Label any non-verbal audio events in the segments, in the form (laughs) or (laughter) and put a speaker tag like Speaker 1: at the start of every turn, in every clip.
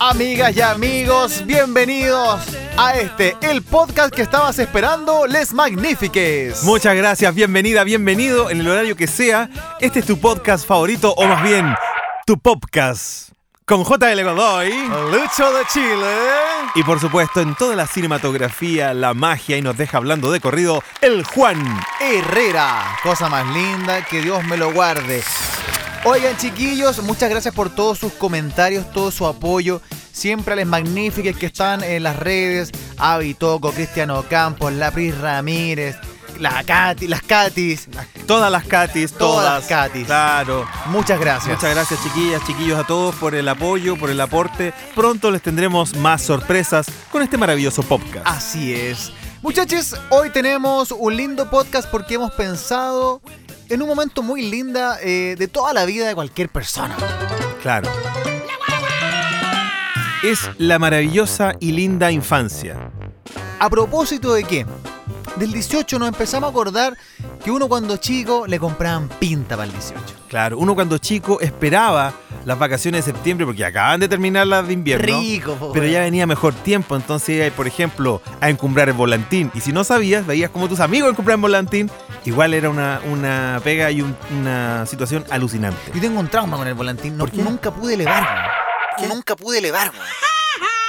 Speaker 1: Amigas y amigos, bienvenidos a este, el podcast que estabas esperando, Les Magnifiques.
Speaker 2: Muchas gracias, bienvenida, bienvenido en el horario que sea. Este es tu podcast favorito, o más bien, tu podcast. Con JL Godoy.
Speaker 1: Lucho de Chile.
Speaker 2: Y por supuesto, en toda la cinematografía, la magia, y nos deja hablando de corrido, el Juan.
Speaker 1: Herrera, cosa más linda, que Dios me lo guarde. Oigan chiquillos, muchas gracias por todos sus comentarios, todo su apoyo. Siempre a las magníficas que están en las redes. Avi Toco, Cristiano Campos, Lapris Ramírez, la Cati, las Catis.
Speaker 2: Todas las Catis, todas.
Speaker 1: Todas las Catis.
Speaker 2: Claro.
Speaker 1: Muchas gracias.
Speaker 2: Muchas gracias chiquillas, chiquillos a todos por el apoyo, por el aporte. Pronto les tendremos más sorpresas con este maravilloso podcast.
Speaker 1: Así es. Muchachos, hoy tenemos un lindo podcast porque hemos pensado en un momento muy linda eh, de toda la vida de cualquier persona.
Speaker 2: Claro. Es la maravillosa y linda infancia.
Speaker 1: A propósito de qué? Del 18 nos empezamos a acordar que uno cuando chico le compraban pinta para el 18.
Speaker 2: Claro, uno cuando chico esperaba las vacaciones de septiembre porque acaban de terminar las de invierno.
Speaker 1: Rico, po,
Speaker 2: Pero ya
Speaker 1: weón.
Speaker 2: venía mejor tiempo, entonces iba, por ejemplo, a encumbrar el volantín. Y si no sabías, veías como tus amigos encumbraban volantín. Igual era una, una pega y un- una situación alucinante.
Speaker 1: Yo tengo un trauma con el volantín. No-
Speaker 2: ¿Por qué?
Speaker 1: Nunca pude elevarme. Nunca pude elevarme.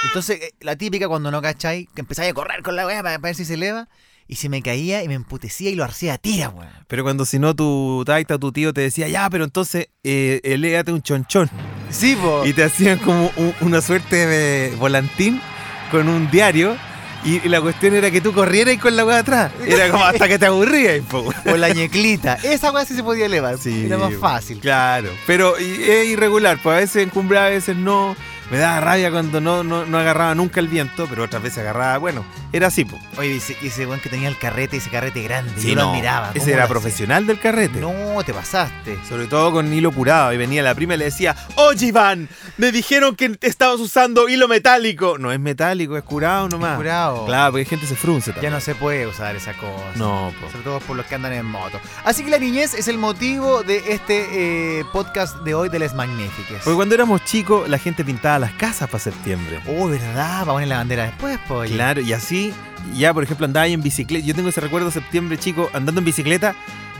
Speaker 1: Entonces, eh, la típica cuando no cacháis, que empezáis a correr con la weá para, para ver si se eleva. Y se me caía y me emputecía y lo hacía a tira, weón.
Speaker 2: Pero cuando si no, tu taita o tu tío te decía, ya, pero entonces eh, elégate un chonchón.
Speaker 1: Sí, po.
Speaker 2: Y te hacían como u- una suerte de volantín con un diario. Y la cuestión era que tú corrieras con la weá atrás. Era como hasta que te aburrías. po.
Speaker 1: O la ñeclita. Esa weá sí se podía elevar.
Speaker 2: Sí,
Speaker 1: Era más fácil.
Speaker 2: Claro. Pero y- es irregular, pues a veces encumbraba, a veces no. Me daba rabia cuando no, no, no agarraba nunca el viento, pero otras veces agarraba. Bueno, era así, pues. po.
Speaker 1: Oye, y ese, y ese weón que tenía el carrete, ese carrete grande. yo lo admiraba. ¿Cómo
Speaker 2: Ese era
Speaker 1: lo hacía?
Speaker 2: profesional del carrete.
Speaker 1: No, te pasaste.
Speaker 2: Sobre todo con hilo curado. Y venía la prima y le decía, oye Iván, me dijeron que te estabas usando hilo metálico. No es metálico, es curado nomás.
Speaker 1: Curado.
Speaker 2: Claro, porque hay gente que se frunce.
Speaker 1: Ya
Speaker 2: también.
Speaker 1: no se puede usar esa cosa.
Speaker 2: No, po.
Speaker 1: Sobre todo por los que andan en moto. Así que la niñez es el motivo de este eh, podcast de hoy de Les Magnifiques.
Speaker 2: Porque cuando éramos chicos, la gente pintaba las casas para septiembre.
Speaker 1: Oh, ¿verdad? Va a poner la bandera después, pues.
Speaker 2: Claro, y así, ya por ejemplo andaba ahí en bicicleta. Yo tengo ese recuerdo de septiembre, chico, andando en bicicleta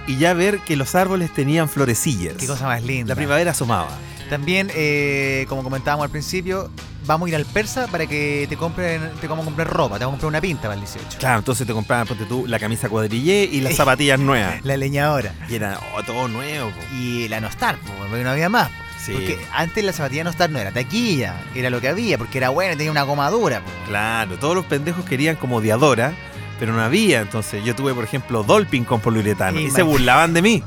Speaker 2: y ya ver que los árboles tenían florecillas.
Speaker 1: Qué cosa más linda.
Speaker 2: La primavera asomaba.
Speaker 1: También, eh, como comentábamos al principio, vamos a ir al persa para que te compren, te vamos a comprar ropa, te vamos a comprar una pinta para el 18.
Speaker 2: Claro, entonces te compraban, ponte tú, la camisa cuadrillé y
Speaker 1: (laughs)
Speaker 2: las zapatillas nuevas.
Speaker 1: La leñadora.
Speaker 2: Y era oh, todo nuevo. po.
Speaker 1: Y la Nostar, pues, porque no había más.
Speaker 2: Sí.
Speaker 1: Porque antes la zapatilla Nostar no era taquilla, era lo que había, porque era buena, tenía una goma dura. pues.
Speaker 2: Claro, todos los pendejos querían como diadora, pero no había. Entonces yo tuve, por ejemplo, dolping con poliuretano y se
Speaker 1: Imagínate.
Speaker 2: burlaban de mí.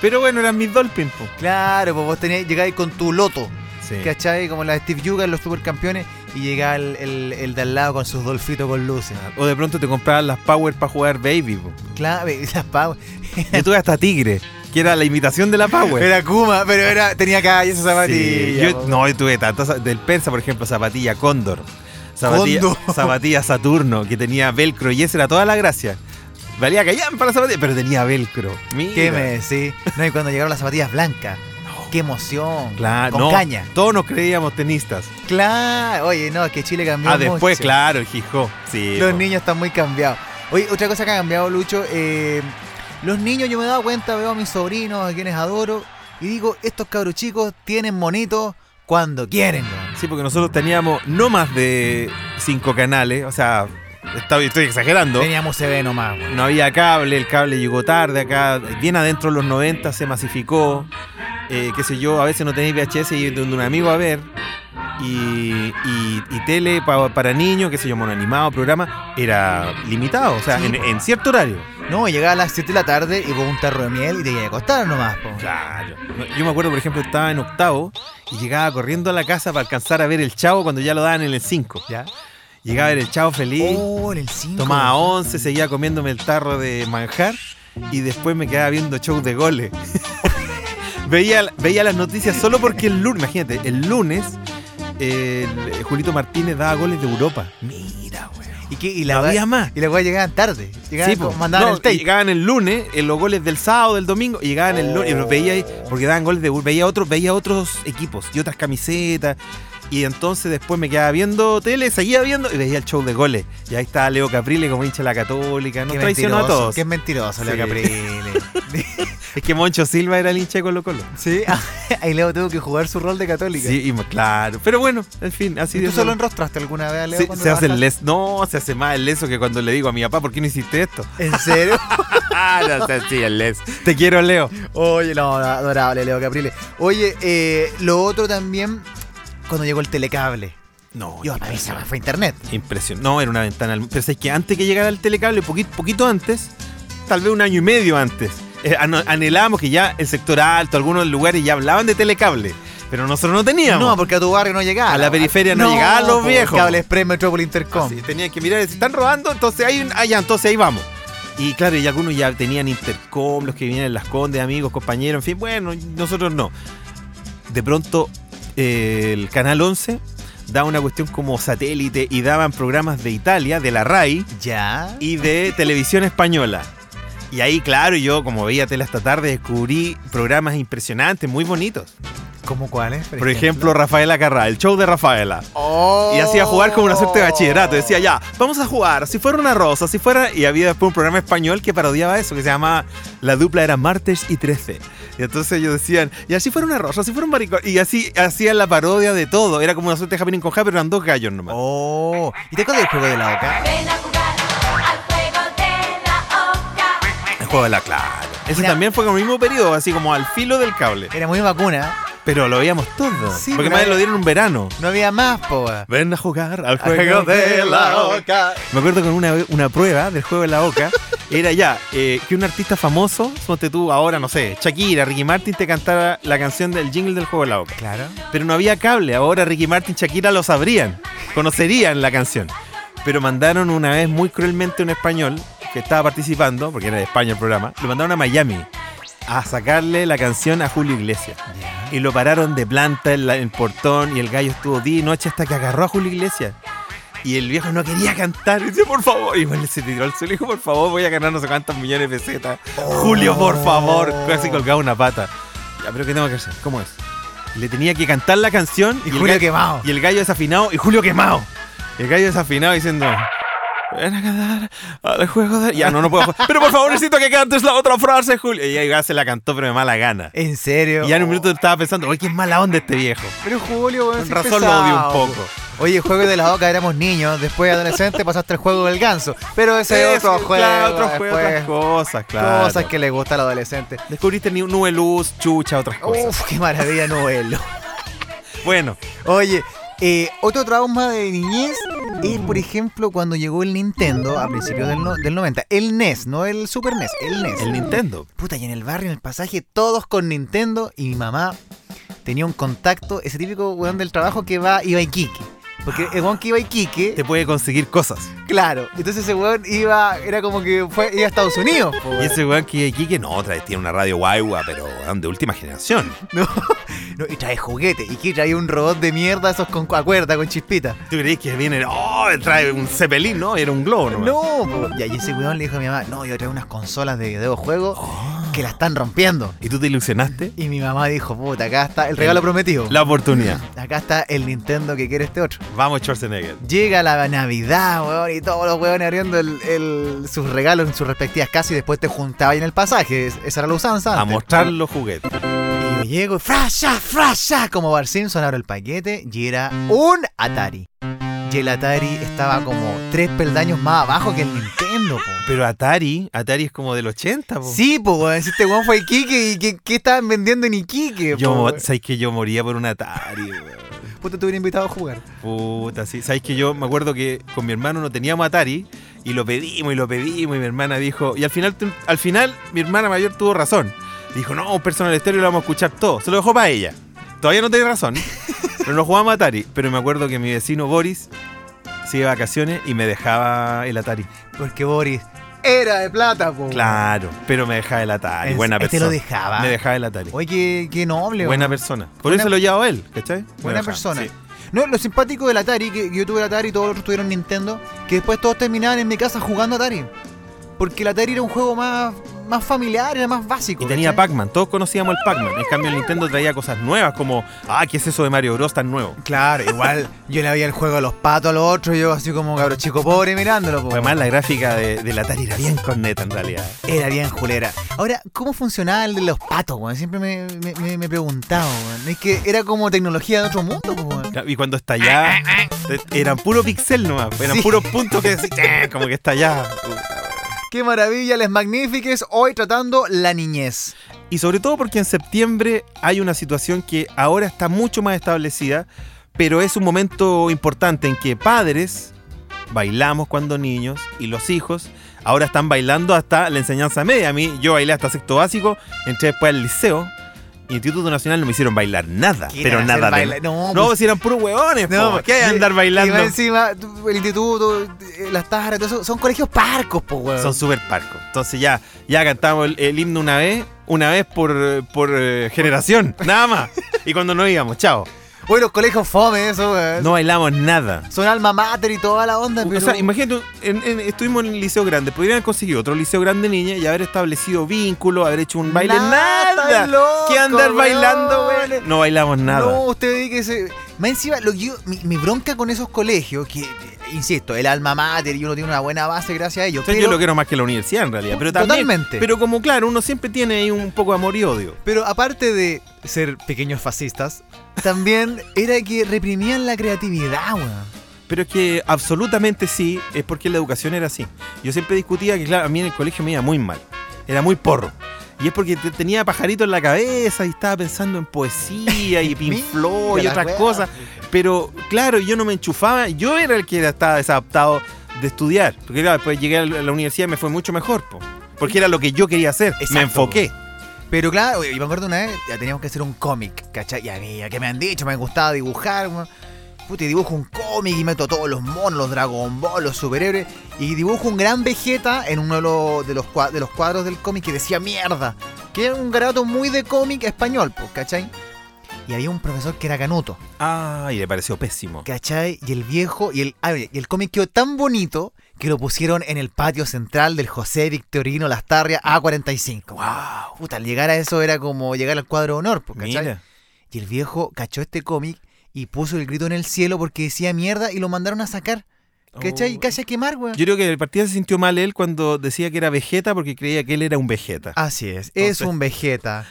Speaker 2: Pero bueno, eran mis dolping, po.
Speaker 1: Claro, pues vos tenés, llegabais con tu loto,
Speaker 2: Sí.
Speaker 1: ¿cachai? Como la de Steve Yuga en los supercampeones, y llegaba el, el, el de al lado con sus dolfitos con luces.
Speaker 2: O de pronto te compraban las power para jugar baby. po.
Speaker 1: Claro, y las pavas.
Speaker 2: Yo tuve hasta tigre, que era la imitación de la power.
Speaker 1: Era Kuma, pero era, tenía calle esa
Speaker 2: Sí,
Speaker 1: zapatilla.
Speaker 2: yo, no, yo tuve tantas. za- Del persa, por ejemplo, zapatilla cóndor. Zapatilla,
Speaker 1: Cóndor.
Speaker 2: (laughs) zapatilla Saturno, que tenía velcro y esa era toda la gracia. Valía callan para la zapatilla, pero tenía velcro. Mira.
Speaker 1: ¿Qué me decís? No, y cuando llegaron las zapatillas blancas. ¡Qué emoción!
Speaker 2: Claro,
Speaker 1: Con
Speaker 2: no,
Speaker 1: caña.
Speaker 2: Todos nos creíamos tenistas.
Speaker 1: Claro. Oye, no, es que Chile cambió
Speaker 2: ah, después,
Speaker 1: mucho.
Speaker 2: claro, el Gijó. Sí.
Speaker 1: Los
Speaker 2: po.
Speaker 1: niños están muy cambiados. Oye, otra cosa que ha cambiado, Lucho. eh, los niños, yo me he dado cuenta, veo a mis sobrinos, a quienes adoro, y digo, estos cabros chicos tienen monitos cuando quieren. weón.
Speaker 2: Sí, porque nosotros teníamos no más de cinco canales. O sea, está- estoy exagerando.
Speaker 1: Teníamos CB nomás, weón.
Speaker 2: No había cable, el cable llegó tarde acá, bien adentro de los 90 se masificó, eh, qué sé yo, a veces no tenéis VHS y ir de un amigo a ver, y, y- y tele pa- para niños, qué sé yo, monoanimado, programa, era limitado, o sea,
Speaker 1: Sí,
Speaker 2: en,
Speaker 1: po.
Speaker 2: en cierto horario.
Speaker 1: No, llegaba a las 7 de la tarde y con un tarro de miel y te iba a acostar nomás, po.
Speaker 2: Claro. Yo me acuerdo, por ejemplo, estaba en octavo y llegaba corriendo a la casa para alcanzar a ver el chavo cuando ya lo daban en el 5.
Speaker 1: ¿Ya?
Speaker 2: Llegaba a ver el chavo feliz.
Speaker 1: Oh, en el 5.
Speaker 2: Tomaba 11, seguía comiéndome el tarro de manjar y después me quedaba viendo show de goles. (laughs) veía, veía las noticias solo porque el lunes, imagínate, el lunes eh, el- Julito Martínez daba goles de Europa. Mira, güey.
Speaker 1: Y, que, y
Speaker 2: No
Speaker 1: la
Speaker 2: había
Speaker 1: weá
Speaker 2: más.
Speaker 1: Y la weá llegaban tarde. Llegaban,
Speaker 2: po.
Speaker 1: como mandaban
Speaker 2: No,
Speaker 1: el tape.
Speaker 2: y Llegaban el lunes, en los goles del sábado, del domingo, y llegaban el lunes, y los veía ahí, porque daban goles de veía otros, veía otros equipos y otras camisetas. Y entonces después me quedaba viendo tele, seguía viendo y veía el show de goles. Y ahí estaba Leo Caprile como hincha de la católica. Nos
Speaker 1: Qué
Speaker 2: traicionó a
Speaker 1: mentiroso,
Speaker 2: todos.
Speaker 1: Qué mentiroso, Leo
Speaker 2: Sí.
Speaker 1: Caprile.
Speaker 2: (laughs)
Speaker 1: (laughs)
Speaker 2: Es que Moncho Silva era el hincha de Colo Colo.
Speaker 1: sí, ahí Leo tuvo que jugar su rol de católica.
Speaker 2: Sí, y mo- claro. Pero bueno, en fin, así
Speaker 1: ¿Y ¿Tú
Speaker 2: es
Speaker 1: solo
Speaker 2: lo-
Speaker 1: enrostraste alguna vez a Leo?
Speaker 2: Sí,
Speaker 1: cuando
Speaker 2: se hace el
Speaker 1: trabajaste?
Speaker 2: les. No, se hace más el leso que cuando le digo a mi papá, ¿por qué no hiciste esto?
Speaker 1: ¿En serio?
Speaker 2: Ah, (laughs) no, se hacía el les. Te quiero, Leo.
Speaker 1: Oye, no, adorable Leo Caprile. Oye, eh, lo otro también, cuando llegó el telecable.
Speaker 2: No,
Speaker 1: Yo, para mí se me fue internet.
Speaker 2: Impresionante. No, era una ventana. al- Pero es que antes que llegara el telecable, poqui- poquito, antes, tal vez un año y medio antes, eh, ano- anhelábamos que ya el sector alto, algunos lugares ya hablaban de telecable. Pero nosotros no teníamos.
Speaker 1: No, porque a tu barrio no llegaba.
Speaker 2: A la periferia no llegaban los
Speaker 1: po,
Speaker 2: viejos.
Speaker 1: Cable Express, Metrópoli Intercom.
Speaker 2: Así, tenían que mirar, si están robando, entonces ahí, allá, entonces ahí vamos. Y claro, y algunos ya tenían intercom, los que vivían en las condes, amigos, compañeros, en fin, bueno, nosotros no. De pronto, eh, el Canal 11 daba una cuestión como satélite y daban programas de Italia, de la RAI,
Speaker 1: Ya.
Speaker 2: y de televisión española. Y ahí, claro, yo como veía tele hasta tarde, descubrí programas impresionantes, muy bonitos.
Speaker 1: ¿Cómo cuáles?
Speaker 2: Por, ejemplo, Rafaela Carrá, el show de Rafaela.
Speaker 1: Oh.
Speaker 2: Y hacía jugar como una suerte de bachillerato. Decía, ya, vamos a jugar, si fuera una rosa, si fuera... Y había después un programa español que parodiaba eso, que se llamaba... La dupla era martes y 13. Y entonces ellos decían, y así fuera una rosa, si fuera un maricón. Y así hacían la parodia de todo. Era como una suerte de Happening con Happy, pero eran dos gallos nomás.
Speaker 1: Oh. ¿Y te acuerdas del juego de la boca?
Speaker 3: Ven a jugar al juego de la oca.
Speaker 2: El juego de la clara. Ese
Speaker 1: Era-
Speaker 2: también fue como el mismo periodo, así como al filo del cable.
Speaker 1: Era muy vacuna.
Speaker 2: Pero lo veíamos todo.
Speaker 1: Sí, pero
Speaker 2: porque más
Speaker 1: era-
Speaker 2: lo dieron un verano.
Speaker 1: No había más, po.
Speaker 2: Ven a jugar al
Speaker 1: juego de la
Speaker 2: oca. Me acuerdo con una, una prueba del juego de la oca. (laughs) era ya eh, que un artista famoso, suponte tú ahora, no sé, Shakira, Ricky Martin, te cantara la canción del jingle del juego de la oca.
Speaker 1: Claro.
Speaker 2: Pero no había cable. Ahora Ricky Martin, Shakira lo sabrían. Conocerían la canción. Pero mandaron una vez muy cruelmente un español que estaba participando, porque era de España el programa, lo mandaron a Miami a sacarle la canción a Julio Iglesias.
Speaker 1: Ya.
Speaker 2: Y lo pararon de planta en, la- en el portón y el gallo estuvo día y noche hasta que agarró a Julio Iglesias. Y el viejo no quería cantar. Y dice, por favor. Y bueno, se tiró al suelo y dijo, por favor, voy a ganar no sé cuántos millones de pesetas. Julio, por favor. Casi colgaba una pata. Ya, pero ¿qué tengo que hacer? ¿Cómo es? Le tenía que cantar la canción
Speaker 1: Y
Speaker 2: el
Speaker 1: Julio
Speaker 2: gallo-
Speaker 1: quemado.
Speaker 2: Y el gallo desafinado y Julio quemado. Y el gallo desafinado diciendo... Ven a cantar al juego de... Ya, no, no puedo jugar. (laughs) Pero por favor, necesito que cantes la otra frase, Julio. Y ya se la cantó, pero de mala gana.
Speaker 1: En serio.
Speaker 2: Y ya en un minuto estaba pensando, oye, qué mala onda este viejo.
Speaker 1: Pero Julio, weón,
Speaker 2: Con
Speaker 1: sí
Speaker 2: razón lo
Speaker 1: pesado,
Speaker 2: odio un
Speaker 1: po.
Speaker 2: poco.
Speaker 1: Oye, el juego de la boca éramos niños, después adolescente pasaste al juego del ganso. Pero ese es
Speaker 2: Eso,
Speaker 1: otro juego.
Speaker 2: claro, otro juego,
Speaker 1: después,
Speaker 2: otras cosas, claro.
Speaker 1: Cosas que le gusta al adolescente.
Speaker 2: Descubriste ni nube luz, chucha, otras cosas.
Speaker 1: Uf, qué maravilla novelo.
Speaker 2: Bueno,
Speaker 1: Oye, eh, otro trauma de niñez es, por ejemplo, cuando llegó el Nintendo a principios del, no- del 90. El NES, no el Super NES, el E NES.
Speaker 2: el Nintendo.
Speaker 1: Puta, y en el barrio, en el pasaje, todos con Nintendo. Y mi mamá tenía un contacto, ese típico weón del trabajo que va, iba a Iquique. Porque el weón que iba a Iquique,
Speaker 2: Te puede conseguir cosas.
Speaker 1: claro. Entonces ese weón iba, era como que fue, iba a Estados Unidos. po,
Speaker 2: (laughs) Y
Speaker 1: weón.
Speaker 2: ese weón que aquí que no, otra vez tiene una radio guagua, pero weón, de última generación.
Speaker 1: No, no, y trae juguete. Y que trae un robot de mierda, esos con a cuerda, con chispita.
Speaker 2: ¿Tú crees que viene, oh, trae un cepelín, no? Era un globo, ¿no?
Speaker 1: No, po. y ahí ese weón le dijo a mi mamá, no, yo traigo unas consolas de videojuegos que la están rompiendo.
Speaker 2: ¿Y tú te ilusionaste?
Speaker 1: Y mi mamá dijo, puta, acá está el regalo prometido.
Speaker 2: La oportunidad.
Speaker 1: Acá está el Nintendo que quiere este otro.
Speaker 2: Vamos, Schwarzenegger.
Speaker 1: Llega la Navidad, weón, y todos los weones abriendo el- el- sus regalos en sus respectivas casas y después te juntabas ahí en el pasaje. Es- Esa era la usanza.
Speaker 2: A
Speaker 1: antes.
Speaker 2: mostrar los juguetes.
Speaker 1: Y yo llego y frasha, frasha, como Bar Simpson abro el paquete y era un Atari. Y el Atari estaba como tres peldaños más abajo que el Nintendo, po.
Speaker 2: Pero Atari, Atari es como del 80, po.
Speaker 1: Sí, po, weón. Si este weón fue a Iquique y que, que estaban vendiendo en Iquique, po,
Speaker 2: Yo,
Speaker 1: weón.
Speaker 2: ¿sabes que yo moría por un Atari, weón?
Speaker 1: Puta, te hubiera invitado a jugar.
Speaker 2: Puta, sí. Sabéis que yo me acuerdo que con mi hermano no teníamos Atari y lo pedimos y lo pedimos y mi hermana dijo. Y al final, tu- al final mi hermana mayor tuvo razón. Dijo, no, un personal estéreo lo vamos a escuchar todo. Se lo dejó para ella. Todavía no
Speaker 1: (laughs)
Speaker 2: tenía razón. pero no jugábamos Atari. Pero me acuerdo que mi vecino Boris se iba de vacaciones y me dejaba el Atari.
Speaker 1: Porque Boris Era de plata, po.
Speaker 2: Claro, pero me dejaba el Atari.
Speaker 1: Oh. Es-
Speaker 2: Buena
Speaker 1: este
Speaker 2: persona.
Speaker 1: lo dejaba.
Speaker 2: Me dejaba el Atari.
Speaker 1: Oye, qué, qué noble.
Speaker 2: Buena
Speaker 1: weón.
Speaker 2: persona. Por
Speaker 1: Buena-
Speaker 2: eso lo llevaba él, ¿cachai? Me
Speaker 1: Buena
Speaker 2: dejaba,
Speaker 1: persona.
Speaker 2: sí.
Speaker 1: No, lo simpático del Atari, que que yo tuve el Atari y todos los otros tuvieron Nintendo, que después todos terminaban en mi casa jugando Atari. Porque el Atari era un juego más, más familiar, era más básico.
Speaker 2: Y tenía
Speaker 1: ¿cachai?
Speaker 2: Pac-Man, todos conocíamos el Pac-Man. En cambio, el Nintendo traía cosas nuevas como, ah, ¿qué es eso de Mario Bros tan nuevo?
Speaker 1: Claro, igual yo le había el juego a los patos a los otros, yo así como cabro chico pobre mirándolo. po.
Speaker 2: Además, la gráfica de, del Atari era bien corneta en realidad.
Speaker 1: Era bien julera. Ahora, ¿cómo funcionaba el de los patos, weón? Siempre me, me, me- me he preguntado, weón. Es que era como tecnología de otro mundo, po, weón.
Speaker 2: Y cuando estallaba, eran puro pixel nomás, eran
Speaker 1: Sí.
Speaker 2: puros puntos que decían, "Ah", como que estallaba.
Speaker 1: Qué maravilla, les magnifiques, hoy tratando la niñez.
Speaker 2: Y sobre todo porque en septiembre hay una situación que ahora está mucho más establecida, pero es un momento importante en que padres bailamos cuando niños y los hijos ahora están bailando hasta la enseñanza media. A mí yo bailé hasta sexto básico, entré después al liceo. y Instituto Nacional no me hicieron bailar nada,
Speaker 1: ¿Qué
Speaker 2: pero
Speaker 1: era hacer
Speaker 2: nada de
Speaker 1: baila- No,
Speaker 2: No,
Speaker 1: pues-
Speaker 2: si eran puros hueones,
Speaker 1: No,
Speaker 2: po. ¿qué hay de andar
Speaker 1: Y más
Speaker 2: bailando?
Speaker 1: encima, tú, el instituto, eh, las taras, todo eso, son colegios parcos, po, weón.
Speaker 2: Son súper parcos. Entonces ya, ya cantamos el, el himno una vez, una vez por, eh, por eh,
Speaker 1: (laughs)
Speaker 2: generación, nada más. Y cuando no íbamos, chao.
Speaker 1: Oye, los colegios fome, eso, weón.
Speaker 2: No bailamos nada.
Speaker 1: Son alma mater y toda la onda, pero...
Speaker 2: O sea, imagínate, en- en- estuvimos en el liceo grande, podrían haber conseguido otro liceo grande niña y haber establecido vínculo, haber hecho un baile,
Speaker 1: Nada,
Speaker 2: nada.
Speaker 1: loco,
Speaker 2: ¿Qué andar
Speaker 1: weón.
Speaker 2: bailando, güey? No bailamos nada.
Speaker 1: No, usted ve que se. Más encima, lo que yo- mi, mi bronca con esos colegios, que, eh, insisto, el alma mater y uno tiene una buena base gracias a ellos.
Speaker 2: O sea,
Speaker 1: pero,
Speaker 2: yo lo quiero más que la universidad en realidad, pero también,
Speaker 1: Totalmente.
Speaker 2: pero como claro, uno siempre tiene ahí un poco de amor y odio.
Speaker 1: pero aparte de ser pequeños fascistas, también era que reprimían la creatividad, weón.
Speaker 2: Pero es que absolutamente sí, es porque la educación era así. Yo siempre discutía que, claro, a mí en el colegio me iba muy mal. Era muy porro. Y es porque te- tenía pajaritos en la cabeza y estaba pensando en
Speaker 1: (laughs)
Speaker 2: poesía y Pink
Speaker 1: Mira
Speaker 2: Floyd y
Speaker 1: las
Speaker 2: otras
Speaker 1: weas.
Speaker 2: cosas. Pero claro, yo no me enchufaba. Yo era el que era- estaba desadaptado de estudiar. Porque claro, después llegué a la a la universidad y me fue mucho mejor. po. Porque era lo que yo quería hacer.
Speaker 1: Exacto,
Speaker 2: me enfoqué.
Speaker 1: Pero claro, y me acuerdo una vez, ya teníamos que hacer un cómic, ¿cachai? Y a mí, ¿qué me han dicho? Me gustaba dibujar, weón. Puta, y dibujo un cómic y meto todos los monos, los Dragon Ball, los superhéroes. Y dibujo un gran Vegeta en uno de los, de los, cua- de los cuadros del cómic que decía mierda. Que era un garato muy de cómic español, pues, ¿cachai? Y había un profesor que era canuto,
Speaker 2: Ay, Ah, le pareció pésimo.
Speaker 1: ¿cachai? Y el viejo, y el, ah, y el cómic quedó tan bonito que lo pusieron en el patio central del José Victorino Lastarria
Speaker 2: Mm.
Speaker 1: A45.
Speaker 2: ¡Wow!
Speaker 1: Puta, al llegar a eso era como llegar al cuadro de honor, po, ¿cachai?
Speaker 2: Mira.
Speaker 1: Y el viejo cachó este cómic y puso el grito en el cielo porque decía mierda y lo mandaron a sacar. ¿Cachai?
Speaker 2: Oh.
Speaker 1: Casi a quemar, weón.
Speaker 2: Yo creo que el partido se sintió mal él cuando decía que era Vegeta porque creía que él era un Vegeta.
Speaker 1: Así es, es
Speaker 2: Entonces-
Speaker 1: un Vegeta.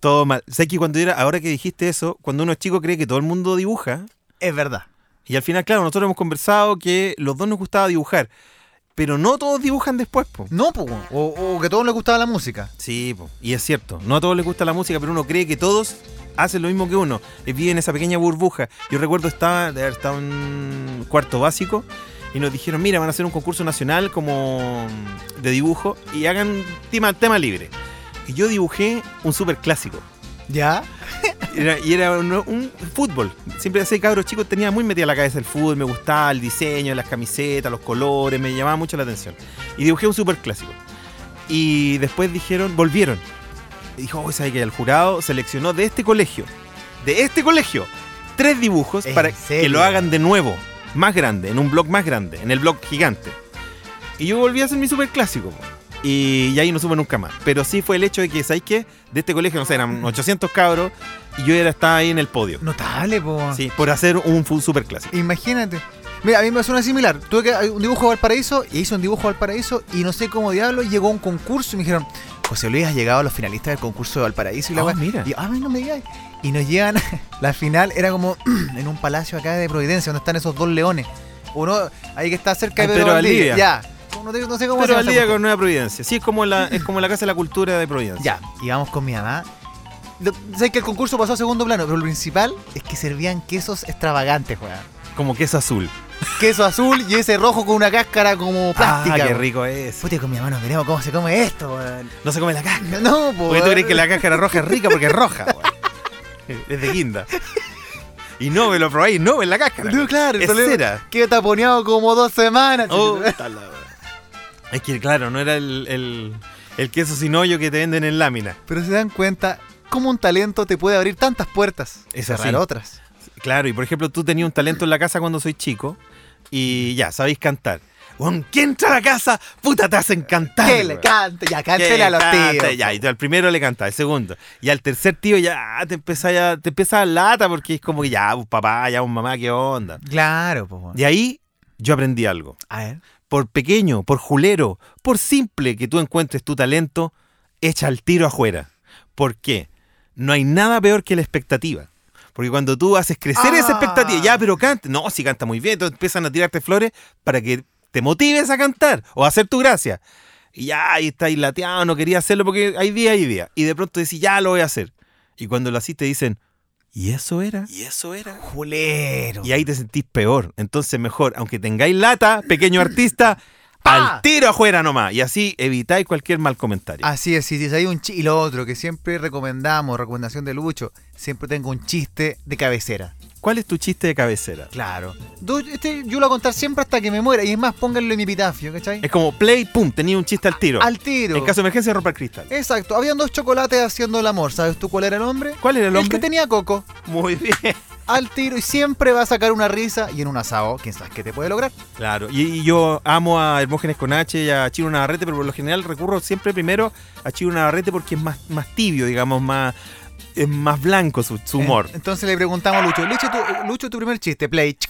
Speaker 2: Todo mal. Sé que cuando era, ahora que dijiste eso, cuando uno es chico cree que todo el mundo dibuja.
Speaker 1: Es verdad.
Speaker 2: Y al final, claro, nosotros hemos conversado que los dos nos gustaba dibujar. Pero no todos dibujan después, po.
Speaker 1: No, po, weón. o, o que a todos les gustaba la música.
Speaker 2: Sí, po. Y es cierto. No a todos les gusta la música, pero uno cree que todos hacen lo mismo que uno. Eh, Viven esa pequeña burbuja. Yo recuerdo estaba, de haber estado en cuarto básico y nos dijeron, mira, van a hacer un concurso nacional como de dibujo y hagan tema, tema libre. Y yo dibujé un super clásico.
Speaker 1: ¿Ya?
Speaker 2: Era- y era un, un fútbol. Siempre ese cabro chico tenía muy metida la cabeza el fútbol, me gustaba el diseño, las camisetas, los colores, me llamaba mucho la atención. Y dibujé un super clásico. Y después dijeron, volvieron. Y dijo, oh, ¿sabes que el jurado seleccionó de este colegio, de este colegio, tres dibujos
Speaker 1: ¿En
Speaker 2: para
Speaker 1: serio?
Speaker 2: que lo hagan de nuevo, más grande, en un blog más grande, en el blog gigante. Y yo volví a hacer mi super clásico. Y, y ahí no supe nunca más. Pero sí fue el hecho de que, ¿sabes qué? De este colegio, no sé, eran 800 cabros y yo era, estaba ahí en el podio.
Speaker 1: Notable, po. weón.
Speaker 2: Sí, por hacer un super clásico.
Speaker 1: Imagínate. Mira, a mí me pasó una similar. Tuve que hay un dibujo al paraíso y hice un dibujo al paraíso y no sé cómo diablo llegó a un concurso y me dijeron, José Luis has llegado a los finalistas del concurso de Valparaíso y la
Speaker 2: Ah,
Speaker 1: weá".
Speaker 2: mira.
Speaker 1: Y, "Ah, no me digas. Y nos llegan, (laughs) la final era como (clears throat) en un palacio acá de Providencia, donde están esos dos leones. Uno ahí que está cerca de
Speaker 2: Ah,
Speaker 1: Pedro,
Speaker 2: Pedro
Speaker 1: Valdivia.
Speaker 2: Valdivia.
Speaker 1: Ya. No, te- no sé cómo
Speaker 2: Pero
Speaker 1: se
Speaker 2: al
Speaker 1: llama
Speaker 2: día
Speaker 1: esa
Speaker 2: con Nueva Providencia. Sí, es como la, es como la Casa de la Cultura de
Speaker 1: cuestión.
Speaker 2: Providencia.
Speaker 1: Ya, íbamos con mi mamá. Lo- sé que el concurso pasó a segundo plano, pero lo principal es que servían quesos extravagantes, weón.
Speaker 2: Como que es azul.
Speaker 1: queso azul y ese rojo con una cáscara como plástica.
Speaker 2: Ah, qué
Speaker 1: weón.
Speaker 2: rico es.
Speaker 1: Puta, con mi hermano veremos cómo se come esto, weón.
Speaker 2: No se come la caja.
Speaker 1: No, po,
Speaker 2: Porque tú
Speaker 1: weón.
Speaker 2: crees que la cáscara roja es rica porque es roja, weón. Es de guinda. Y no me lo probáis, no ves la cáscara.
Speaker 1: No, claro, el
Speaker 2: es
Speaker 1: problema-
Speaker 2: cera.
Speaker 1: Queda taponeado como dos semanas.
Speaker 2: Oh,
Speaker 1: chico.
Speaker 2: está la- Es que, claro, no era el, el, el queso sin hoyo que te venden en lámina.
Speaker 1: Pero se dan cuenta cómo un talento te puede abrir tantas puertas y
Speaker 2: Es
Speaker 1: cerrar
Speaker 2: así.
Speaker 1: otras.
Speaker 2: Claro, y por ejemplo, tú tenías un talento en la casa cuando soy chico y ya, sabéis cantar. Weón, ¿quién entra a la casa? Puta, te hacen cantar.
Speaker 1: Que le
Speaker 2: weón.
Speaker 1: cante, ya
Speaker 2: Que
Speaker 1: cántele a los
Speaker 2: canta,
Speaker 1: tíos.
Speaker 2: Ya, y tú al primero le canta, al segundo. Y al tercer tío ya te empieza a, te empieza a dar lata porque es como que ya, un papá, ya un mamá, qué onda.
Speaker 1: Claro, pues. bueno.
Speaker 2: De ahí yo aprendí algo.
Speaker 1: A ver.
Speaker 2: Por pequeño, por julero, por simple que tú encuentres tu talento, echa el tiro afuera. ¿Por qué? No hay nada peor que la expectativa. Porque cuando tú haces crecer esa
Speaker 1: Ah.
Speaker 2: expectativa, ya, pero canta. No, si canta muy bien, entonces empiezan a tirarte flores para que te motives a cantar o a hacer tu gracia. Y ya, ahí estáis lateado, no quería hacerlo porque hay día y día. Y de pronto decís, ya lo voy a hacer. Y cuando lo haces, te dicen, ¿y eso era?
Speaker 1: Y eso era. Julero.
Speaker 2: Y ahí te sentís peor. Entonces, mejor, aunque tengáis lata, pequeño artista,
Speaker 1: (laughs) ¡Pa!
Speaker 2: al tiro afuera nomás. Y así evitáis cualquier mal comentario.
Speaker 1: Así es, si hay un chi- y lo otro que siempre recomendamos, recomendación de Lucho, siempre tengo un chiste de cabecera.
Speaker 2: ¿Cuál es tu chiste de cabecera?
Speaker 1: Claro. Du- este yo lo voy a contar siempre hasta que me muera. Y es más, pónganlo en mi epitafio, ¿cachai?
Speaker 2: Es como play, pum, tenía un chiste al tiro.
Speaker 1: Ah, Al tiro.
Speaker 2: En caso de emergencia, romper cristal.
Speaker 1: Exacto. Habían dos chocolates haciendo el amor. ¿Sabes tú cuál era el hombre?
Speaker 2: ¿Cuál era el
Speaker 1: El
Speaker 2: hombre?
Speaker 1: que tenía coco.
Speaker 2: Muy bien.
Speaker 1: Al tiro. Y siempre va a sacar una risa. Y en un asado, quién sabe qué te puede lograr.
Speaker 2: Claro, y, y yo amo a Hermógenes con H y a Chiro Navarrete, pero por lo general recurro siempre primero a Chiro Navarrete porque es más, más tibio, digamos, más, es más blanco su, su humor.
Speaker 1: En- entonces le preguntamos a Lucho. Lucho tu, Lucho, tu primer chiste. Play. (laughs)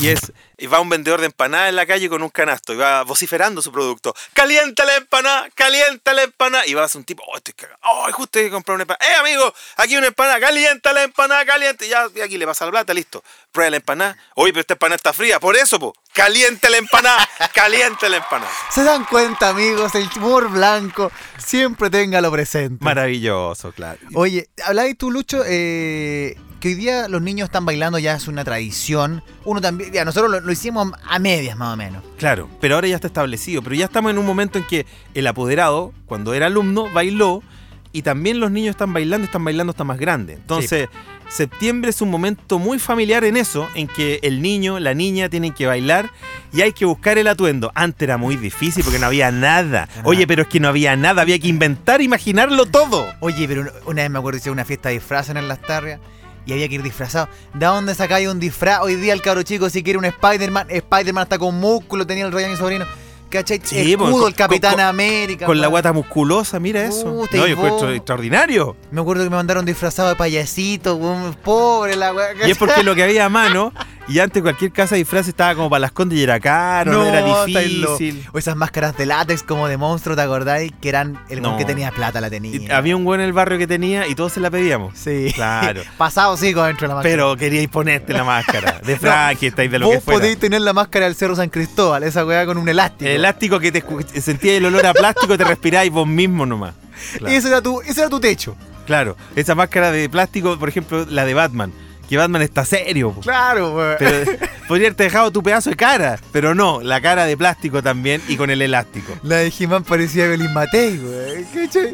Speaker 2: Y es, y va un vendedor de empanadas en la calle con un canasto y va vociferando su producto. ¡Calienta la empanada! ¡Calienta la empanada! Y va a un tipo, ¡oh, estoy cagado! ¡Oh, justo hay que comprar una empanada! ¡Eh, amigo! Aquí una empanada, calienta la empanada, caliente. Ya, y aquí le pasa la plata, listo. Prueba la empanada. Oye, pero esta empanada está fría, por eso, po. ¡Calienta la empanada! (laughs) ¡Calienta la empanada!
Speaker 1: Se dan cuenta, amigos. El humor blanco. Siempre téngalo presente.
Speaker 2: Maravilloso, claro.
Speaker 1: Oye, hablabas tú, Lucho, eh, que hoy día los niños están bailando, ya es una tradición. Uno también, ya nosotros lo, lo hicimos a medias más o menos.
Speaker 2: Claro, pero ahora ya está establecido. Pero ya estamos en un momento en que el apoderado, cuando era alumno, bailó y también los niños están bailando, están bailando hasta más grande. Entonces, septiembre es un momento muy familiar en eso, en que el niño, la niña tienen que bailar y hay que buscar el atuendo. Antes era muy difícil porque no había nada. Oye, pero es que no había nada, había que inventar, imaginarlo todo.
Speaker 1: Oye, pero una- una vez me acuerdo que hice una fiesta de disfraces en las tarrias y había que ir disfrazado. ¿De dónde sacáis un disfraz? Hoy día el cabro chico, si quiere un Spider-Man, Spider-Man está con músculo, tenía el rey de mi sobrino. ¿Cachai?
Speaker 2: Sí,
Speaker 1: el
Speaker 2: po,
Speaker 1: escudo,
Speaker 2: con-
Speaker 1: el Capitán
Speaker 2: con- con-
Speaker 1: América.
Speaker 2: Con la
Speaker 1: weón.
Speaker 2: guata musculosa, mira eso.
Speaker 1: Puta,
Speaker 2: No,
Speaker 1: y
Speaker 2: yo encuentro
Speaker 1: vos.
Speaker 2: extraordinario.
Speaker 1: Me acuerdo que me mandaron disfrazado de payasito, weón. pobre la weá. (laughs)
Speaker 2: Y es porque lo que había a mano, y antes cualquier casa de disfraz estaba como para las condes y era caro, no, era
Speaker 1: estáis
Speaker 2: difícil.
Speaker 1: locos. O esas máscaras de látex como de monstruo, ¿te acordáis? Que eran el weón
Speaker 2: No.
Speaker 1: que tenía plata, la
Speaker 2: Y
Speaker 1: tenía.
Speaker 2: había un güey en el barrio que tenía y todos se la pedíamos.
Speaker 1: Sí. (laughs)
Speaker 2: Claro.
Speaker 1: Pasado sí con dentro de la máscara.
Speaker 2: Pero queríais ponerte la máscara
Speaker 1: (laughs)
Speaker 2: de Frankie, estáis de lo
Speaker 1: Vos
Speaker 2: que fuera.
Speaker 1: podéis tener la máscara del Cerro San Cristóbal, esa weá con un elástico.
Speaker 2: El elástico que te escu- sentías el olor a plástico, te respiráis vos mismo nomás. Claro.
Speaker 1: ese, era tu, ese era tu techo.
Speaker 2: Claro. Esa máscara de plástico, por ejemplo, la de Batman. Que Batman está serio. po.
Speaker 1: Claro, weón.
Speaker 2: Pero podría haberte dejado tu pedazo de cara. Pero no, la cara de plástico también y con el elástico.
Speaker 1: La de He-Man parecía Belín Matei, weón. ¿Cachai?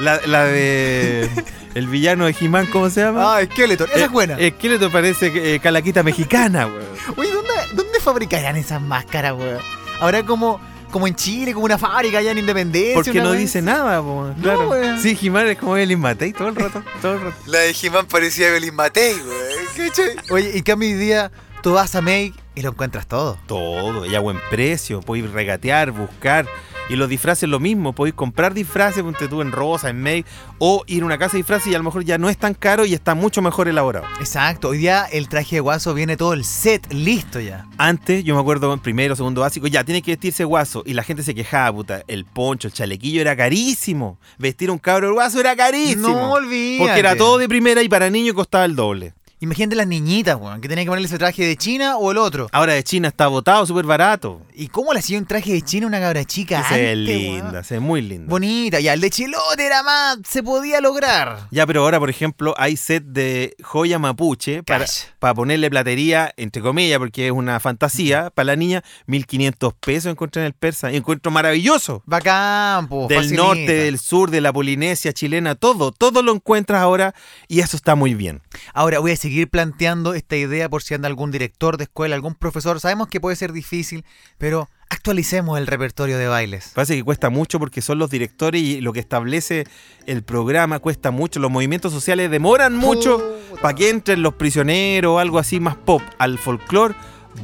Speaker 2: La, la (laughs) de. El villano de He-Man, ¿cómo se llama?
Speaker 1: Ah, Skeletor. Esa es buena.
Speaker 2: Eh, Esqueleto parece eh, calaquita mexicana, güey.
Speaker 1: Oye, ¿dónde, dónde fabricarán esas máscaras, weón? Habrá como, como en Chile, como una fábrica allá en Independencia.
Speaker 2: Porque
Speaker 1: una
Speaker 2: no
Speaker 1: weá
Speaker 2: dice
Speaker 1: así?
Speaker 2: nada, po, claro.
Speaker 1: weón.
Speaker 2: sí, He-Man es como el Matei todo el rato, todo el rato.
Speaker 1: La de He-Man parecía Belín Matei, weón. ¿Cachai? Oye, y que a mi día tú vas a Make y lo encuentras todo.
Speaker 2: Todo, y a buen precio, podéis regatear, buscar. Y los disfraces lo mismo, podéis comprar disfraces, ponte tú en rosa, en May, o ir a una casa de disfraces y a lo mejor ya no es tan caro y está mucho mejor elaborado.
Speaker 1: Exacto, hoy día el traje de guaso viene todo el set listo ya.
Speaker 2: Antes, yo me acuerdo en primero, segundo básico, ya tiene que vestirse guaso. Y la gente se quejaba, puta, el poncho, el chalequillo era carísimo. Vestir a un cabro guaso era carísimo.
Speaker 1: No olvídate.
Speaker 2: Porque era todo de primera y para niños costaba el doble.
Speaker 1: Imagínate las niñitas, weón, que tenían que ponerle ese traje de China o el otro.
Speaker 2: Ahora de China está botado, súper barato.
Speaker 1: ¿Y cómo le hacía un traje de China a una cabra chica?
Speaker 2: Se ve
Speaker 1: antes,
Speaker 2: linda,
Speaker 1: weón?
Speaker 2: se ve muy linda.
Speaker 1: Bonita, ya, el de Chilote era más, se podía lograr.
Speaker 2: ya, pero ahora, por ejemplo, hay set de joya mapuche para,
Speaker 1: Cash.
Speaker 2: para ponerle platería, entre comillas, porque es una fantasía. Para la niña, 1500 pesos encontré en el persa. Encuentro maravilloso.
Speaker 1: Bacán, po,
Speaker 2: Del
Speaker 1: facilita.
Speaker 2: norte, del sur, de la Polinesia chilena, todo, todo lo encuentras ahora y eso está muy bien.
Speaker 1: Ahora voy a seguir planteando esta idea por si anda algún director de escuela, algún profesor. Sabemos que puede ser difícil, pero Actualicemos el repertorio de bailes.
Speaker 2: Parece que cuesta mucho porque son los directores y lo que establece el programa cuesta mucho. Los movimientos sociales demoran mucho
Speaker 1: Puta.
Speaker 2: para que entren los prisioneros o algo así más pop al folclore.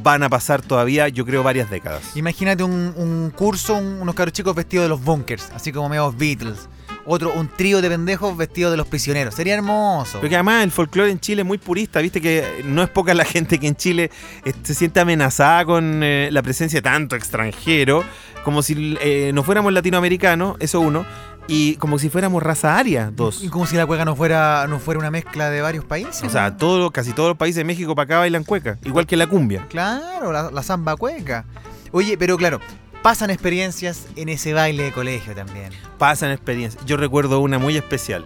Speaker 2: Van a pasar todavía, yo creo, varias décadas.
Speaker 1: Imagínate un, un curso, un- unos caros chicos vestidos de los bunkers, así como medio Beatles. Otro, un trío de pendejos vestidos de los prisioneros. Sería hermoso.
Speaker 2: Porque además el folclore en Chile es muy purista, viste que no es poca la gente que en Chile eh, se siente amenazada con eh, la presencia de tanto extranjero, como si eh, no fuéramos latinoamericanos, eso uno, y como si fuéramos raza aria, dos.
Speaker 1: Y como si la cueca no fuera, no fuera una mezcla de varios países.
Speaker 2: O sea, todo, casi todos los países de México para acá bailan cueca, igual que la cumbia.
Speaker 1: Claro, la, la samba cueca. Oye, pero claro, pasan experiencias en ese baile de colegio también.
Speaker 2: Pasan experiencias. Yo recuerdo una muy especial.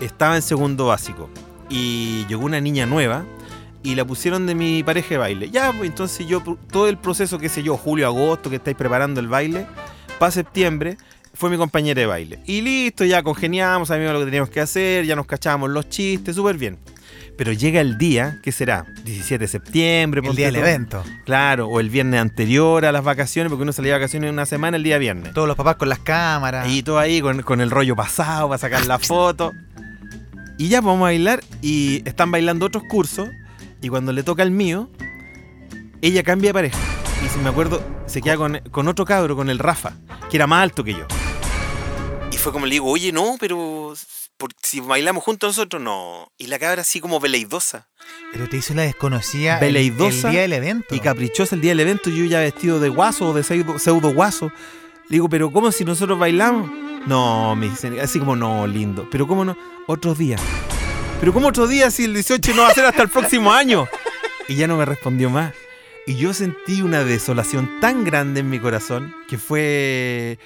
Speaker 2: Estaba en segundo básico y llegó una niña nueva y la pusieron de mi pareja de baile. Ya, pues entonces yo, pr- todo el proceso, qué sé yo, julio, agosto, que estáis preparando el baile, para septiembre, fue mi compañera de baile. Y listo, ya congeniamos, sabíamos lo que teníamos que hacer, ya nos cachábamos los chistes, súper bien. Pero llega el día, ¿qué será? 17 de septiembre,
Speaker 1: El
Speaker 2: ponte
Speaker 1: día del
Speaker 2: tú.
Speaker 1: evento.
Speaker 2: Claro, o el viernes anterior a las vacaciones, porque uno salía de vacaciones una semana el día viernes.
Speaker 1: Todos los papás con las cámaras.
Speaker 2: Ahí todo ahí con, con el rollo pasado para sacar la foto. Y ya pues, vamos a bailar y están bailando otros cursos y cuando le toca el mío, ella cambia de pareja. Y si me acuerdo, se queda con, con otro cabro, con el Rafa, que era más alto que yo. Y fue como le digo, oye, no, pero por- si bailamos juntos nosotros, no. Y la cabra así como veleidosa.
Speaker 1: Pero te hizo la desconocida el,
Speaker 2: Veleidosa
Speaker 1: el día del evento.
Speaker 2: y caprichosa el día del evento, yo ya vestido de guaso o de pseudo, pseudo guaso. Le digo, pero ¿cómo si nosotros bailamos? No, me dicen, así como no, lindo. Pero ¿cómo no? Otros días. Pero ¿cómo otros días si el 18 no va a ser hasta el próximo año? Y ya no me respondió más. Y yo sentí una desolación tan grande en mi corazón que fue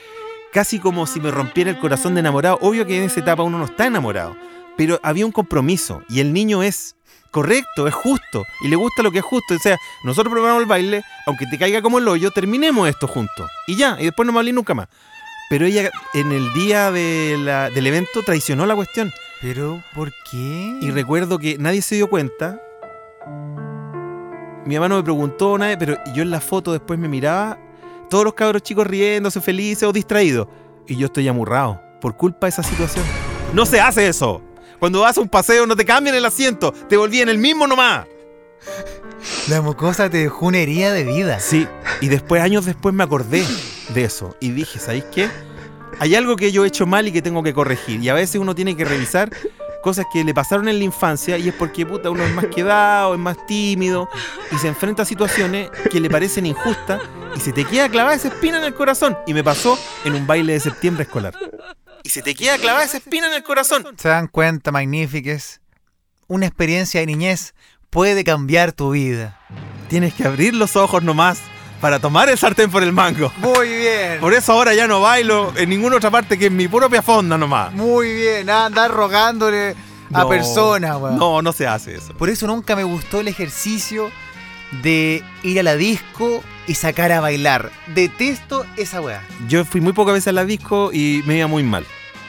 Speaker 2: casi como si me rompiera el corazón de enamorado. Obvio que en esa etapa uno no está enamorado, pero había un compromiso y el niño es correcto, es justo y le gusta lo que es justo. O sea, nosotros probamos el baile, aunque te caiga como el hoyo, terminemos esto juntos y ya, y después no me hablé nunca más. Pero ella en el día de la- del evento traicionó la cuestión
Speaker 1: Pero, ¿por qué?
Speaker 2: y recuerdo que nadie se dio cuenta. Mi mamá no me preguntó nadie, pero yo en la foto después me miraba, todos los cabros chicos riéndose, felices o distraídos. Y yo estoy amurrado por culpa de esa situación. ¡No se hace eso! Cuando vas a un paseo no te cambian el asiento, te volví en el mismo nomás.
Speaker 1: La mucosa te dejó una herida de vida.
Speaker 2: Sí, y después, años después me acordé de eso y dije, ¿sabéis qué? Hay algo que yo he hecho mal y que tengo que corregir. Y a veces uno tiene que revisar cosas que le pasaron en la infancia y es porque puta, uno es más quedado, es más tímido y se enfrenta a situaciones que le parecen injustas y se te queda clavada esa espina en el corazón. Y me pasó en un baile de septiembre escolar. Y se te queda clavada esa espina en el corazón.
Speaker 1: Se dan cuenta, magnífiques. Una experiencia de niñez puede cambiar tu vida.
Speaker 2: Tienes que abrir los ojos nomás para tomar el sartén por el mango.
Speaker 1: Muy bien.
Speaker 2: Por eso ahora ya no bailo en ninguna otra parte que en mi propia fonda nomás.
Speaker 1: Muy bien. Andar rogándole a
Speaker 2: No,
Speaker 1: personas, weón.
Speaker 2: No, no se hace eso.
Speaker 1: Por eso nunca me gustó el ejercicio de ir a la disco y sacar a bailar. Detesto esa weá.
Speaker 2: Yo fui muy pocas veces a la disco y me iba muy mal.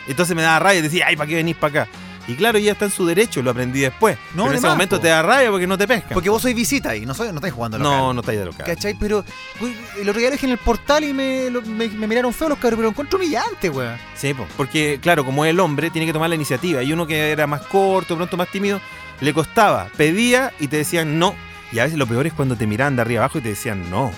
Speaker 2: Entonces me daba rabia y decía, ay, ¿para qué venís para acá? Y claro, ya está en su derecho, lo aprendí después.
Speaker 1: No,
Speaker 2: No, en
Speaker 1: de
Speaker 2: ese
Speaker 1: más,
Speaker 2: momento
Speaker 1: po.
Speaker 2: te da rabia porque no te pescan.
Speaker 1: Porque vos sois visita ahí, no, soy, no estáis jugando local.
Speaker 2: no, no estáis de local.
Speaker 1: ¿Cachai? Pero güey, el otro día lo dejé en el portal y me, lo- me, me miraron feo los cabros, pero lo encuentro humillante, weón.
Speaker 2: Sí, po. porque claro, como es el hombre, tiene que tomar la iniciativa. Y uno que era más corto, pronto más tímido, le costaba. Pedía y te decían no. Y a veces lo peor es cuando te miraban de arriba abajo y te decían no.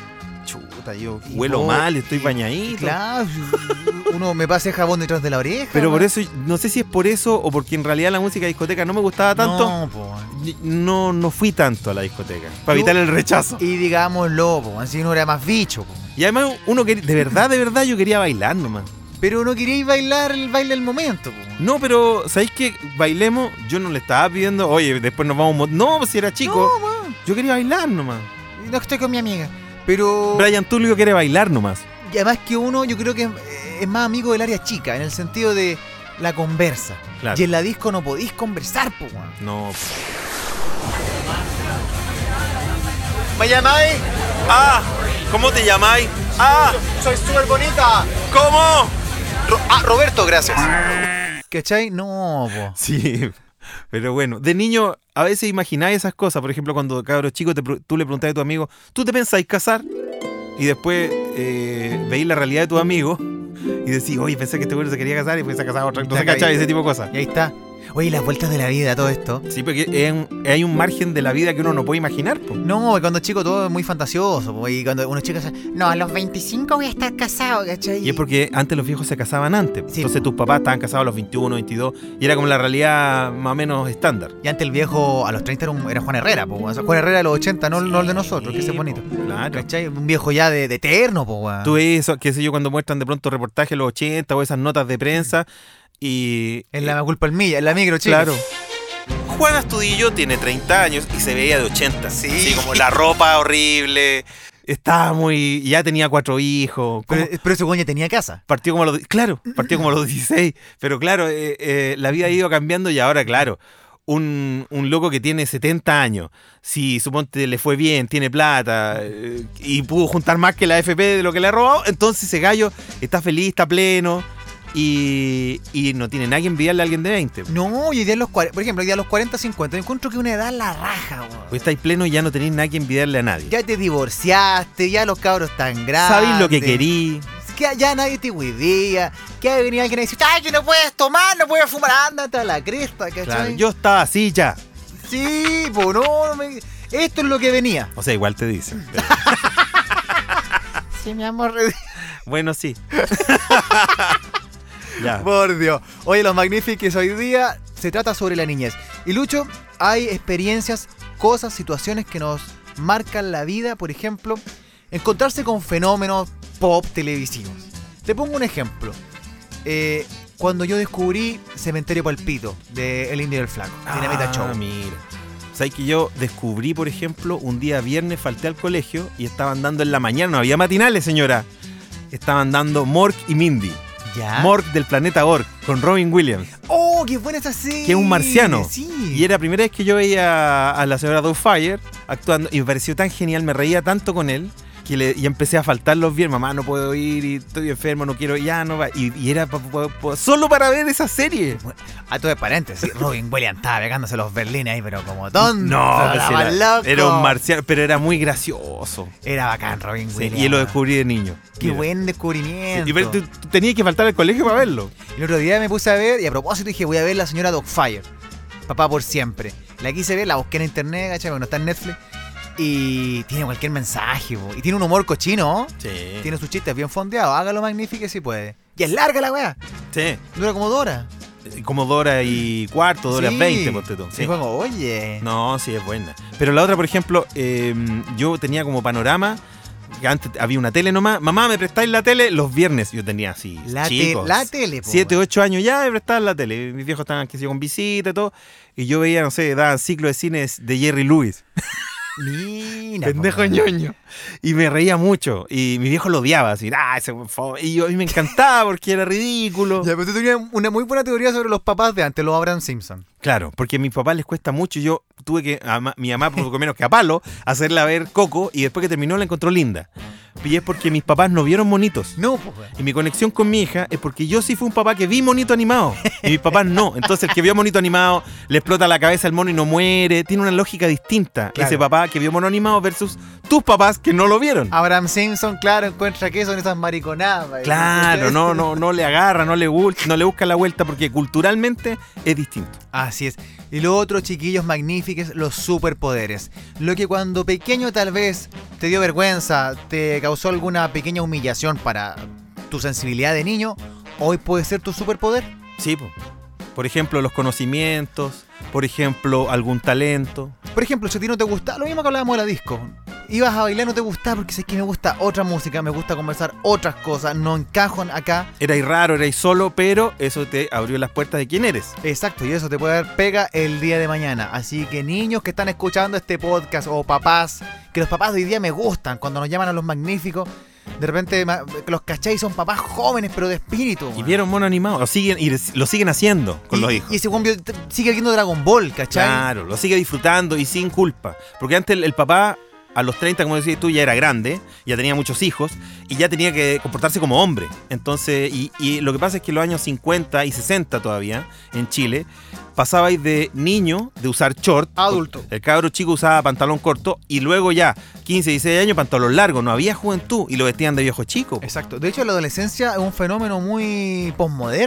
Speaker 2: Chuta, yo
Speaker 1: Y
Speaker 2: huelo
Speaker 1: vos-
Speaker 2: mal, estoy
Speaker 1: y-
Speaker 2: bañadito.
Speaker 1: Claro, pues, uno me pasa el jabón detrás de la oreja.
Speaker 2: Pero por
Speaker 1: weón.
Speaker 2: eso, no sé si es por eso o porque en realidad la música de discoteca no me gustaba tanto.
Speaker 1: No, po, weón.
Speaker 2: y- No, no, fui tanto a la discoteca. Para
Speaker 1: Yo-
Speaker 2: evitar el rechazo.
Speaker 1: Y digámoslo, po, weón, si uno era más bicho, po.
Speaker 2: Y además, uno quería, de verdad, de verdad, yo quería bailar nomás.
Speaker 1: Pero uno quería ir bailar el baile del momento, po.
Speaker 2: No, pero ¿sabéis que bailemos? Yo no le estaba pidiendo, oye, después nos vamos. a mo- No, pues si era chico.
Speaker 1: No, weón.
Speaker 2: Yo quería bailar nomás.
Speaker 1: No estoy con mi amiga. Pero.
Speaker 2: Brian Tulio quiere bailar nomás.
Speaker 1: Y además que uno, yo creo que es, es más amigo del área chica, en el sentido de la conversa.
Speaker 2: Claro.
Speaker 1: Y en la disco no podéis conversar, po, weón.
Speaker 2: No.
Speaker 1: ¿Me llamáis?
Speaker 2: ¡Ah! ¿Cómo te llamáis? ¡Ah!
Speaker 1: Soy súper bonita.
Speaker 2: ¿Cómo?
Speaker 1: ah, Roberto, gracias. ¿Cachai? No, po.
Speaker 2: Sí, pero bueno, de niño a veces imagináis esas cosas. Por ejemplo, cuando cabros chicos te pre- tú le preguntabas a tu amigo, ¿tú te pensáis casar? Y después eh, veis la realidad de tus amigos y decís, oye, pensé que este güey se quería casar y pues se ha casado otra. Entonces,
Speaker 1: Te
Speaker 2: ¿cachai?
Speaker 1: caí.
Speaker 2: Ese tipo de cosas.
Speaker 1: Y ahí está. Oye, y las vueltas de la vida, todo esto.
Speaker 2: Sí, porque es un- hay un margen de la vida que uno no puede imaginar. po.
Speaker 1: No, y cuando chico todo es muy fantasioso. po, Y cuando uno chico dice, no, a los 25 voy a estar casado, ¿cachai?
Speaker 2: Y es porque antes los viejos se casaban antes.
Speaker 1: Sí.
Speaker 2: Entonces tus papás estaban casados a los 21, 22 y era como la realidad más o menos estándar.
Speaker 1: Y antes el viejo a los 30 era, un- era Juan Herrera, po, o sea, Juan Herrera de los 80, no, no el de nosotros, que ese es bonito.
Speaker 2: Claro.
Speaker 1: ¿Cachai? Un viejo ya de, de eterno, po, weón.
Speaker 2: Tú ves eso, qué sé yo, cuando muestran de pronto reportajes de los 80 o esas notas de prensa y...
Speaker 1: Es la culpa el milla, es la micro, chico.
Speaker 2: Claro. Juan Astudillo tiene 30 años y se veía de 80. Sí. como la ropa horrible. Estaba muy... Ya tenía
Speaker 1: (laughs)
Speaker 2: cuatro hijos.
Speaker 1: Pero,
Speaker 2: ¿Cómo?
Speaker 1: pero ese weón ya tenía casa.
Speaker 2: Partió como a los... Claro, partió como a los 16. Pero claro, eh, eh, la vida ha ido cambiando y ahora, claro, un, un loco que tiene 70 años, si suponte le fue bien, tiene plata eh, y pudo juntar más que la AFP de lo que le ha robado, entonces ese gallo está feliz, está pleno y, y no tiene nada que envidiarle a alguien de 20.
Speaker 1: No, y hoy día a los 40, por ejemplo, hoy día a los 40, 50, yo encuentro que una edad la raja, weón.
Speaker 2: Pues estáis pleno y ya no tenéis nada que envidiarle a nadie.
Speaker 1: Ya te divorciaste, ya los cabros están grandes.
Speaker 2: Sabéis lo que querí.
Speaker 1: Que ya nadie te huidía. Que ha venido alguien a decir, ay, que no puedes tomar, no puedes fumar, ándate a la cresta, ¿cachai?
Speaker 2: Claro, yo estaba así ya.
Speaker 1: Sí, po, no, no me- esto es lo que venía.
Speaker 2: O sea, igual te dicen. pero-
Speaker 1: Sí, mi amor.
Speaker 2: bueno, sí. (laughs) ya.
Speaker 1: (laughs) Por Dios. Oye, los magníficos hoy día se trata sobre la niñez. Y Lucho, hay experiencias, cosas, situaciones que nos marcan la vida, por ejemplo, encontrarse con fenómenos pop televisivos. Te pongo un ejemplo. Eh, cuando yo descubrí Cementerio Palpito de El Indio y el Flaco, Dinamita
Speaker 2: Ah,
Speaker 1: Show.
Speaker 2: mira. Sabes que yo descubrí, por ejemplo, un día viernes falté al colegio y estaban dando en la mañana, no había matinales, señora. Estaban dando Mork y Mindy.
Speaker 1: Ya.
Speaker 2: Mork del planeta Ork con Robin Williams.
Speaker 1: oh, qué buena esa serie.
Speaker 2: Que es un marciano.
Speaker 1: Sí.
Speaker 2: Y era la primera vez que yo veía a la señora Doubtfire actuando y me pareció tan genial, me reía tanto con él que le, y empecé a faltar los viernes. Mamá, no puedo ir, y estoy enfermo, no quiero, ir, ya no va. Y, y era pa- pa- pa- solo para ver esa serie.
Speaker 1: A todo de paréntesis, Robin Williams estaba pegándose los berlines ahí, pero como tonto.
Speaker 2: pues
Speaker 1: estaba
Speaker 2: era,
Speaker 1: loco.
Speaker 2: era un marciano, pero era muy gracioso.
Speaker 1: Era bacán Robin
Speaker 2: Sí,
Speaker 1: Williams.
Speaker 2: y lo descubrí de niño.
Speaker 1: Qué
Speaker 2: Mira.
Speaker 1: buen
Speaker 2: Sí,
Speaker 1: descubrimiento.
Speaker 2: Y pero este- tú- tú tenías que faltar al colegio para verlo.
Speaker 1: El otro día me puse a ver y a propósito dije, voy a ver la señora Dogfire. Papá por siempre. La quise ver, la busqué en internet, ¿cachai? Bueno, está en Netflix. Y tiene cualquier mensaje, po. Y tiene un humor cochino. ¿oh?
Speaker 2: Sí.
Speaker 1: Tiene sus chistes bien fondeados. Hágalo magnífico si puede. Y es larga la weá. Dura como dos horas.
Speaker 2: Como Dora y cuarto, Dora
Speaker 1: Sí.
Speaker 2: 20, ponte tú.
Speaker 1: Sí, como, oye.
Speaker 2: No, sí, es buena. Pero la otra, por ejemplo, eh, yo tenía como panorama. que Antes había una tele nomás. Mamá, ¿me prestáis la tele? Los viernes yo tenía así.
Speaker 1: La, te-
Speaker 2: chicos,
Speaker 1: la tele, po,
Speaker 2: Siete,
Speaker 1: weón.
Speaker 2: ocho años ya me prestaban la tele. Mis viejos estaban que sé yo, con visita y todo. Y yo veía, no sé, daban ciclo de cines de Jerry Lewis.
Speaker 1: Mira. po,
Speaker 2: Pendejo
Speaker 1: weón.
Speaker 2: ñoño. Y me reía mucho. Y mi viejo lo odiaba. Así, ah, ese weón, fome". Y yo a mí me encantaba porque era ridículo.
Speaker 1: Ya, pero tú tenías una muy buena teoría sobre los papás de antes, los Abraham Simpson.
Speaker 2: Claro, porque a mis papás les cuesta mucho. Yo tuve que, a ma- mi mamá, poco menos que a palo, hacerla ver Coco y después que terminó la encontró linda. Y es porque mis papás no vieron monitos.
Speaker 1: No, pues. weón.
Speaker 2: Y mi conexión con mi hija es porque yo sí fui un papá que vi monito animado y mis papás no. Entonces el que vio monito animado le explota la cabeza al mono y no muere. Tiene una lógica distinta
Speaker 1: Claro.
Speaker 2: ese papá que vio mono animado versus tus papás que no lo vieron.
Speaker 1: Abraham Simpson, claro, encuentra que son esas mariconadas. weón.
Speaker 2: (laughs) Claro, no, no, no le agarra, no le, bul- no le busca la vuelta porque culturalmente es distinto.
Speaker 1: (laughs) Así es. Y lo otro, chiquillos magníficos, los superpoderes. Lo que cuando pequeño tal vez te dio vergüenza, te causó alguna pequeña humillación para tu sensibilidad de niño, hoy puede ser tu superpoder.
Speaker 2: Sí, po. por ejemplo, los conocimientos, por ejemplo, algún talento.
Speaker 1: Por ejemplo, si a ti no te gusta, lo mismo que hablábamos de la disco. Ibas a bailar, no te gustaba porque sé que me gusta otra música, me gusta conversar otras cosas, no encajo en acá.
Speaker 2: Erais raro, erais solo, pero eso te abrió las puertas de quién eres.
Speaker 1: Exacto, y eso te puede dar pega el día de mañana. Así que niños que están escuchando este podcast o papás, que los papás de hoy día me gustan cuando nos llaman a los magníficos, de repente ma- los cacháis son papás jóvenes pero de espíritu.
Speaker 2: Y
Speaker 1: man.
Speaker 2: vieron mono animado, lo siguen, y lo siguen haciendo con
Speaker 1: Y-
Speaker 2: los hijos.
Speaker 1: Y ese weón vio- t- sigue viendo Dragon Ball, ¿cachai?
Speaker 2: Claro, lo sigue disfrutando y sin culpa. Porque antes el, el papá, a los 30, como decías tú, ya era grande, ya tenía muchos hijos y ya tenía que comportarse como hombre. Entonces, y, y lo que pasa es que en los años 50 y 60 todavía, en Chile, pasabais de niño, de usar short.
Speaker 1: Adulto.
Speaker 2: El cabro chico usaba pantalón corto y luego ya, 15, 16 años, pantalón largo. No había juventud y lo vestían de viejo chico.
Speaker 1: Exacto. De hecho, la adolescencia es un fenómeno muy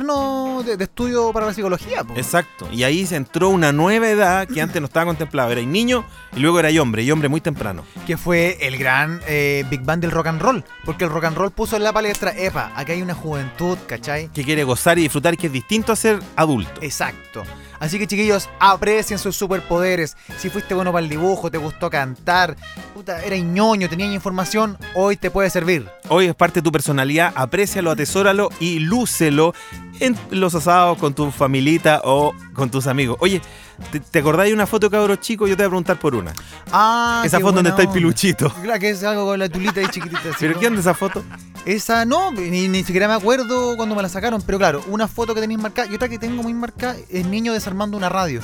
Speaker 1: posmoderno de, de estudio para la psicología. po.
Speaker 2: Exacto. Y ahí se entró una nueva edad que antes no estaba contemplada. Era niño y luego era hombre, y hombre muy temprano.
Speaker 1: Que fue el gran eh, Big Bang del rock and roll. Porque el rock and roll puso en la palestra, epa, acá hay una juventud, ¿cachai?
Speaker 2: Que quiere gozar y disfrutar, que es distinto a ser adulto.
Speaker 1: Eh. Exacto. Así que chiquillos, aprecien sus superpoderes. Si fuiste bueno para el dibujo, te gustó cantar, puta, eres ñoño, tenías información, hoy te puede servir.
Speaker 2: Hoy es parte de tu personalidad, aprécialo, atesóralo y lúcelo en los asados con tu familita o con tus amigos. Oye, ¿te, te acordás de una foto, cabros chicos? Yo te voy a preguntar por una.
Speaker 1: Ah,
Speaker 2: Esa
Speaker 1: qué
Speaker 2: foto
Speaker 1: buena
Speaker 2: donde está el
Speaker 1: onda.
Speaker 2: piluchito.
Speaker 1: Claro que es algo con la tulita ahí chiquitita. así,
Speaker 2: ¿Pero
Speaker 1: ¿no?
Speaker 2: qué onda esa foto?
Speaker 1: Esa no, ni, ni siquiera me acuerdo cuando me la sacaron, pero claro, una foto que tenéis marcada y otra que tengo muy marcada es niño desarmando una radio.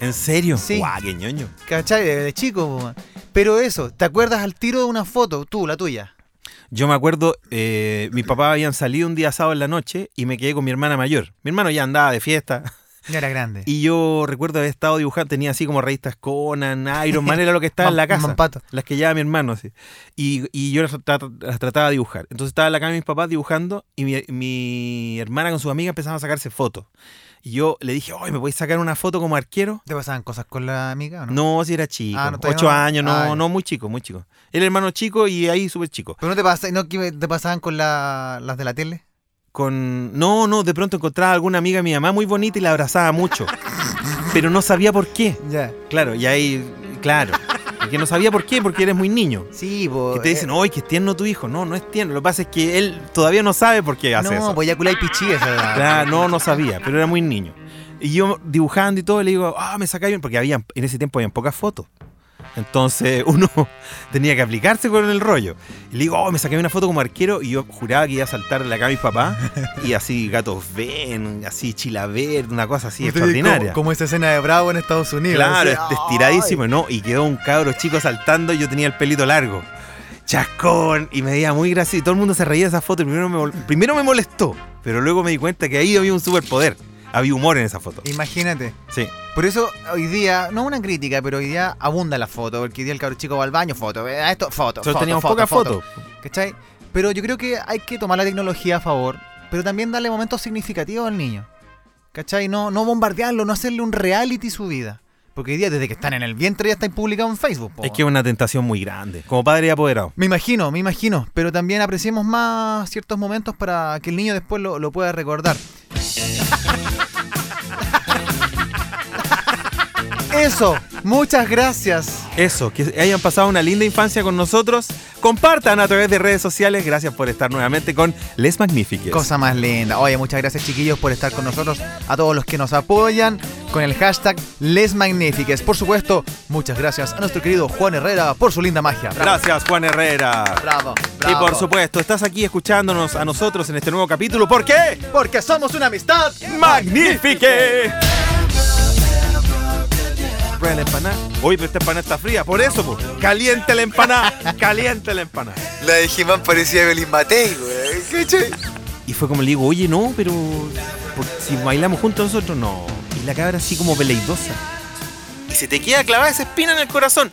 Speaker 2: ¿En serio?
Speaker 1: Sí.
Speaker 2: Guau, qué ñoño.
Speaker 1: ¿Cachai? De, de chico, po, man. Pero eso, ¿te acuerdas al tiro de una foto? Tú, la tuya.
Speaker 2: Yo me acuerdo, eh, mis papás habían salido un día asado en la noche y me quedé con mi hermana mayor. Mi hermano ya andaba de fiesta.
Speaker 1: Ya era grande.
Speaker 2: Y yo recuerdo haber estado dibujando, tenía así como revistas Conan, Iron Man, era lo que estaba en la
Speaker 1: Man-
Speaker 2: casa.
Speaker 1: Mampato.
Speaker 2: Las que llevaba mi hermano, así. Y, y yo las, trat- las trataba de dibujar. Entonces estaba en la cama de mis papás dibujando y mi, mi hermana con sus amigas empezaban a sacarse fotos. Y yo le dije, oye, ¿me podéis sacar una foto como arquero?
Speaker 1: ¿Te pasaban cosas con la amiga o no?
Speaker 2: No, si era chico.
Speaker 1: Ah, no, todavía
Speaker 2: Ocho
Speaker 1: no.
Speaker 2: años, no,
Speaker 1: Ah, ya.
Speaker 2: no, muy chico, muy chico. El hermano chico y ahí súper chico.
Speaker 1: ¿Pero no te, pasa, no que te pasaban con la- las de la tele?
Speaker 2: con no, no, de pronto encontraba alguna amiga de mi mamá muy bonita y la abrazaba mucho. pero no sabía por qué.
Speaker 1: Ya.
Speaker 2: Claro, y ahí, claro. Y que no sabía por qué, porque eres muy niño.
Speaker 1: Sí, pues.
Speaker 2: Y te dicen, oye, que es tierno tu hijo. No, no es tierno. Lo que pasa es que él todavía no sabe por qué hace
Speaker 1: no,
Speaker 2: eso.
Speaker 1: pues ya culé y pichí esa (laughs) edad.
Speaker 2: Claro, no, no sabía, pero era muy niño. Y yo dibujando y todo, le digo, ah, me sacáis bien, porque había, en ese tiempo habían pocas fotos. Entonces (laughs) uno tenía que aplicarse con el rollo. Y le digo, oh, me saqué una foto como arquero y yo juraba que iba a saltar de la cama a mis papás. Y así gatos ven, así chila verde, una cosa así extraordinaria.
Speaker 1: Como, esa escena de Bravo en Estados Unidos.
Speaker 2: Claro,
Speaker 1: Así,
Speaker 2: este estiradísimo, ¿no? Y quedó un cabro chico saltando y yo tenía el pelito largo. Chascón. Y me veía muy gracioso. Y todo el mundo se reía de esa foto. Y primero me, mol- primero me molestó. Pero luego me di cuenta que ahí había un superpoder. Había humor en esa foto.
Speaker 1: "Ay". Imagínate.
Speaker 2: Sí.
Speaker 1: Por eso hoy día, no una crítica, pero hoy día abunda la foto, porque hoy día el cabrón chico va al baño, foto, eh, a esto, foto.
Speaker 2: Solo
Speaker 1: foto,
Speaker 2: teníamos
Speaker 1: foto,
Speaker 2: pocas
Speaker 1: foto,
Speaker 2: fotos.
Speaker 1: ¿Cachai? Pero yo creo que hay que tomar la tecnología a favor, pero también darle momentos significativos al niño. ¿Cachai? No, no bombardearlo, no hacerle un reality su vida. Porque hoy día, desde que están en el vientre, ya están publicados en Facebook. po.
Speaker 2: Es que es una tentación muy grande. Como padre y apoderado.
Speaker 1: Me imagino, me imagino, pero también apreciemos más ciertos momentos para que el niño después lo, lo pueda recordar. (laughs) Eso, muchas gracias.
Speaker 2: Eso, que hayan pasado una linda infancia con nosotros. Compartan a través de redes sociales. Gracias por estar nuevamente con Les Magnifiques.
Speaker 1: Cosa más linda. Oye, muchas gracias chiquillos por estar con nosotros, a todos los que nos apoyan con el hashtag Les Magnifiques. Por supuesto, muchas gracias a nuestro querido Juan Herrera por su linda magia. Bravo,
Speaker 2: Gracias, Juan Herrera.
Speaker 1: bravo,
Speaker 2: Y por
Speaker 1: bravo.
Speaker 2: supuesto, estás aquí escuchándonos a nosotros en este nuevo capítulo. ¿Por qué?
Speaker 1: Porque somos una amistad
Speaker 2: ¡Magnifique! Prueba Pues la empanada. Oye, pero esta empanada está fría, por eso, pues. Caliente
Speaker 1: (laughs)
Speaker 2: la empanada, caliente la empanada.
Speaker 1: La de Jimán parecía Belín Matei, güey.
Speaker 2: Y fue como le digo, oye, no, pero por- si bailamos juntos nosotros, no. Y la cabra así como veleidosa. Y se te queda clavada esa espina en el corazón.